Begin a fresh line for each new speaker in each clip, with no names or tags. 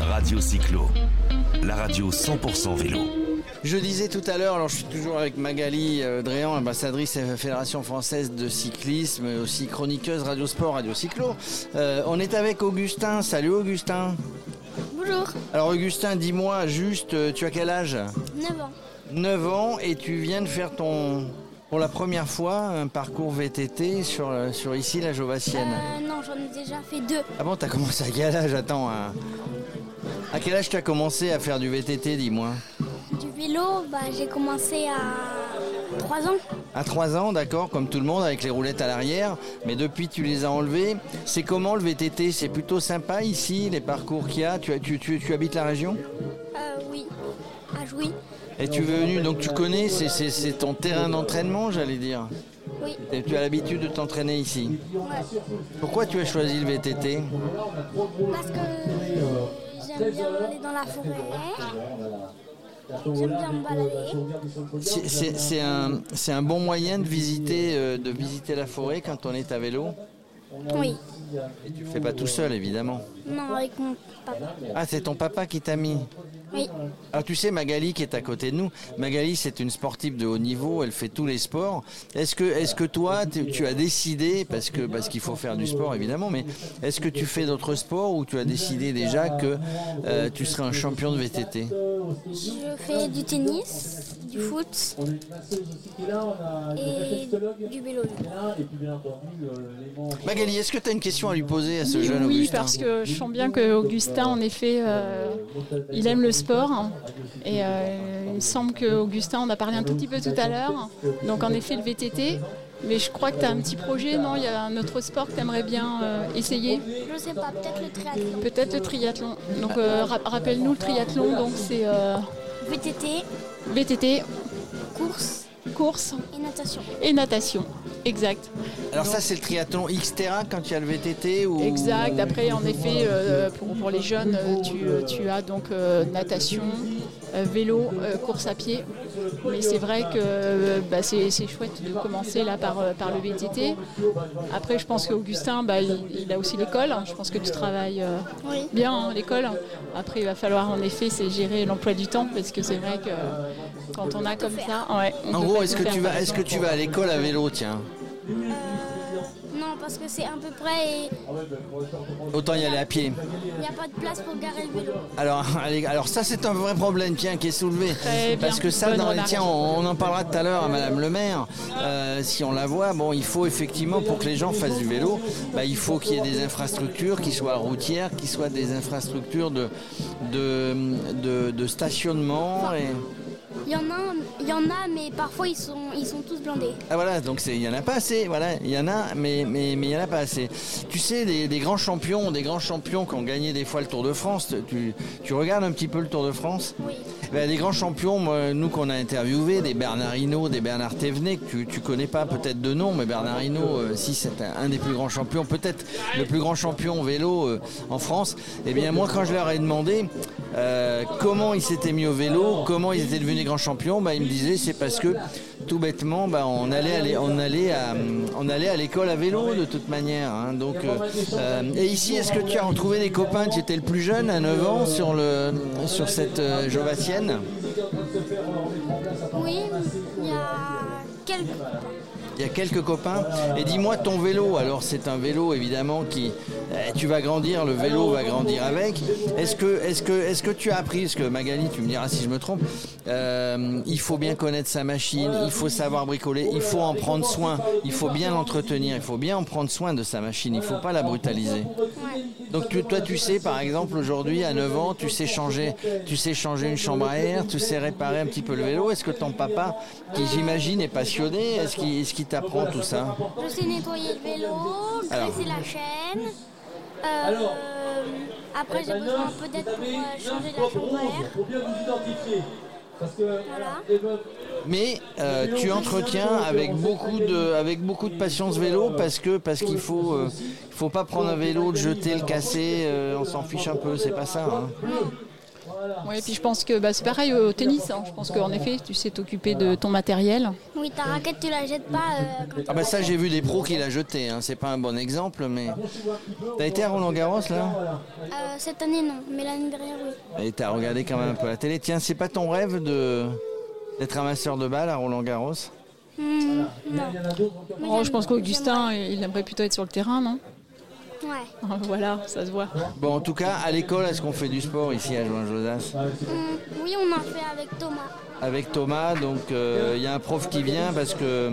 Radio Cyclo, la radio 100% vélo.
Je disais tout à l'heure, alors je suis toujours avec Magali euh, Dréan, ambassadrice de la Fédération française de cyclisme, aussi chroniqueuse Radio Sport, Radio Cyclo. Euh, on est avec Augustin. Salut Augustin.
Bonjour,
Alors Augustin, dis-moi juste, euh, tu as quel âge
9 ans.
9 ans et tu viens de faire ton, pour la première fois, un parcours VTT sur, euh, sur ici, la Jovassienne.
Euh, non, j'en ai déjà fait deux.
Ah bon, t'as commencé à quel âge Attends, hein. à quel âge tu as commencé à faire du VTT, dis-moi
Du vélo, bah, j'ai commencé à 3 ans.
À 3 ans, d'accord, comme tout le monde, avec les roulettes à l'arrière. Mais depuis, tu les as enlevées. C'est comment le VTT C'est plutôt sympa ici, les parcours qu'il y a. Tu, as- tu- tu- tu habites la région
Euh, oui, à Jouy.
Et tu es venu, donc tu connais, c'est- c'est c'est ton terrain d'entraînement, j'allais dire.
Oui,
Et tu as l'habitude de t'entraîner ici.
ouais.
Pourquoi tu as choisi le VTT
parce que j'aime bien aller dans la forêt. J'aime bien me balader.
C'est- C'est c'est un, c'est un bon moyen de visiter, euh, de visiter la forêt quand on est à vélo.
Oui,
Et tu le fais pas tout seul, évidemment.
non, avec mon papa.
Ah, c'est ton papa qui t'a mis
Oui,
Alors tu sais Magali qui est à côté de nous, Magali c'est une sportive de haut niveau, elle fait tous les sports. Est-ce que, est que toi tu, tu as décidé, parce que parce qu'il faut faire du sport évidemment, mais est-ce que tu fais d'autres sports ou tu as décidé déjà que euh, tu serais un champion de VTT
je fais du tennis, du foot
On a une masseuse aussi qui est là, on a le
et
réflexologue qui
du vélo.
est là, et puis bien entendu euh, l'élément.
Magali, est-ce que tu as une question à lui poser à ce jeune
oui,
Augustin
parce que je sens bien que Augustin, en effet, euh, il aime le sport. hein. Et euh, il me semble que Augustin, on a parlé un tout petit peu tout à l'heure. Donc en effet, le VTT. Mais je crois que tu as un petit projet, non Il y a un autre sport que tu aimerais bien euh, essayer
Je sais pas, peut-être le triathlon.
Peut-être le triathlon. Donc euh, rap- rappelle-nous le triathlon, donc c'est euh,
VTT,
VTT,
course
course
et natation.
et natation. Exact.
Alors ça c'est le triathlon Xterra quand il y a le VTT ou...
Exact. Après, en effet, euh, pour, pour les jeunes, euh, tu, euh, tu as donc euh, natation, euh, vélo, euh, course à pied. Mais c'est vrai que euh, bah, c'est c'est chouette de commencer là par, euh, par le VTT. Après, je pense qu'Augustin, bah, il, il a aussi l'école. Je pense que tu travailles euh,
Oui.
bien hein, l'école. Après, il va falloir en effet c'est gérer l'emploi du temps parce que c'est vrai que euh, quand on a comme ça, ouais, on
En
peut
gros,
pas
est-ce
tout
que, tu
faire.
vas, est que tu vas à l'école à vélo, tiens
Euh, non, parce que c'est à peu près et
Autant y aller à pied.
il n'y a pas de place pour garer le vélo.
Alors, allez, alors ça c'est un vrai problème tiens, qui est soulevé.
Très bien.
Parce que ça,
Bonne
dans,
remarque.
tiens, on, on en parlera tout à l'heure à Madame le maire. Euh, si on la voit, bon, il faut effectivement pour que les gens fassent du vélo, bah, il faut qu'il y ait des infrastructures qui soient routières, qui soient des infrastructures de, de, de, de stationnement. Et...
Il y en a, il y en a, mais parfois ils sont, ils sont tous blindés.
Ah voilà, donc c'est- il n'y en a pas assez, voilà, il y en a, mais mais mais il n'y en a pas assez. Tu sais, des, des grands champions, des grands champions qui ont gagné des fois le Tour de France, tu, tu regardes un petit peu le Tour de France
Oui.
Ben, des grands champions, moi, nous qu'on a interviewés, des Bernard Hinault, des Bernard Thévenet, que tu, tu connais pas peut-être de nom, mais Bernard Hinault, euh, si c'est un, un des plus grands champions, peut-être le plus grand champion vélo euh, en France, eh bien moi quand je leur ai demandé euh, comment ils s'étaient mis au vélo, comment ils étaient devenus des grands champions, ben, ils me disaient c'est parce que tout bêtement, ben, on allait, aller, on allait à, on allait à l'école à vélo de toute manière. hein. donc, euh, euh, et ici, est-ce que tu as retrouvé des copains Tu étais le plus jeune à 9 ans sur, le, sur cette euh, Jovassienne
Oui, il y a quelques.
Il y a quelques copains. Et dis-moi ton vélo. Alors c'est un vélo évidemment qui. eh, Tu vas grandir, le vélo va grandir avec. Est-ce que, est que, est que tu as appris, parce que Magali, tu me diras si je me trompe, euh, il faut bien connaître sa machine, il faut savoir bricoler, il faut en prendre soin, il faut bien l'entretenir, il faut bien en prendre soin de sa machine, il ne faut pas la brutaliser. Donc tu- toi tu sais par exemple aujourd'hui à 9 ans tu sais changer tu sais changer une chambre à air, tu sais réparer un petit peu le vélo. Est-ce que ton papa qui j'imagine est passionné, est-ce qu'il est-ce qu'il t'apprend tout ça
Je sais nettoyer le vélo, graisser la chaîne. Euh, après, j'ai besoin un peu d'aide pour euh, changer la chambre à air.
Faut bien vous identifier. Parce que
Voilà.
les bonnes-
Mais euh, tu entretiens avec beaucoup de avec beaucoup de patience vélo parce que parce qu'il faut euh, il faut pas prendre un vélo, le jeter, le casser, euh, on s'en fiche un peu, c'est pas ça. hein.
Oui, et puis je pense que bah, c'est pareil au tennis. hein. Je pense qu'en effet, tu sais t'occuper de ton matériel.
Oui, ta raquette, tu la jettes pas. euh, quand
Ah bah ça j'ai vu des pros qui l'a jeté, hein. c'est pas un bon exemple mais... T'as été à Roland Garros là
Euh, cette année, non, mais l'année dernière, oui.
Et t'as regardé quand même un peu la télé. Tiens, c'est pas ton rêve de d'être ramasseur de balles à Roland Garros
Hmm, non. Mais
Oh, je
j'aime-
pense qu'Augustin, il aimerait plutôt être sur le terrain, non
Ouais.
Ah, Voilà, ça se voit.
Bon en tout cas à l'école est-ce qu'on fait du sport ici à Join Josas
Hmm, oui, on en fait avec Thomas.
avec Thomas. Donc euh, il y a un prof qui vient parce que euh,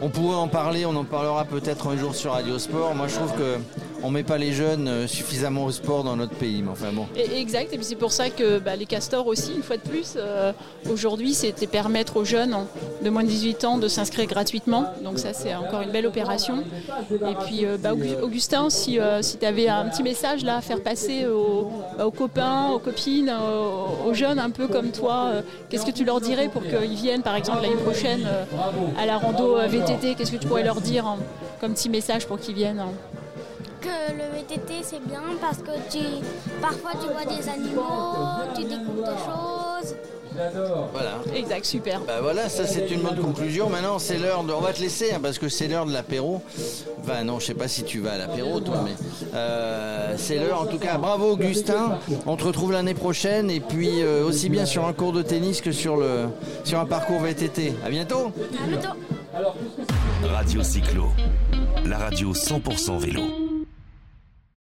on pourrait en parler, on en parlera peut-être un jour sur Radio Sport. Moi je trouve que on met pas les jeunes euh, suffisamment au sport dans notre pays. Mais enfin bon.
Et- exact, et puis c'est pour ça que bah, les castors aussi, une fois de plus, euh, aujourd'hui, c'était permettre aux jeunes de moins de 18 ans de s'inscrire gratuitement. Donc ça, c'est encore une belle opération. Et puis, euh, bah, Augu- Augustin, si, tu avais un petit message là à faire passer aux, bah, aux copains, aux copines, euh, aux, aux jeunes un peu comme toi, euh, qu'est-ce que tu leur dirais pour qu'ils viennent, par exemple, l'année prochaine euh, à la rando euh, VTT Qu'est-ce que tu pourrais leur dire hein, comme petit message pour qu'ils viennent hein
Que le VTT, c'est bien parce que tu, parfois tu vois des animaux, tu découvres des choses.
Voilà.
Exact, super.
Bah voilà, ça c'est une bonne conclusion. Maintenant c'est l'heure de. On va te laisser hein, parce que c'est l'heure de l'apéro. Enfin non, je sais pas si tu vas à l'apéro toi, mais euh, c'est l'heure en tout cas. Bravo Augustin. On te retrouve l'année prochaine et puis euh, aussi bien sur un cours de tennis que sur le sur un parcours VTT. À bientôt.
À bientôt.
Radio Cyclo, la radio 100% vélo.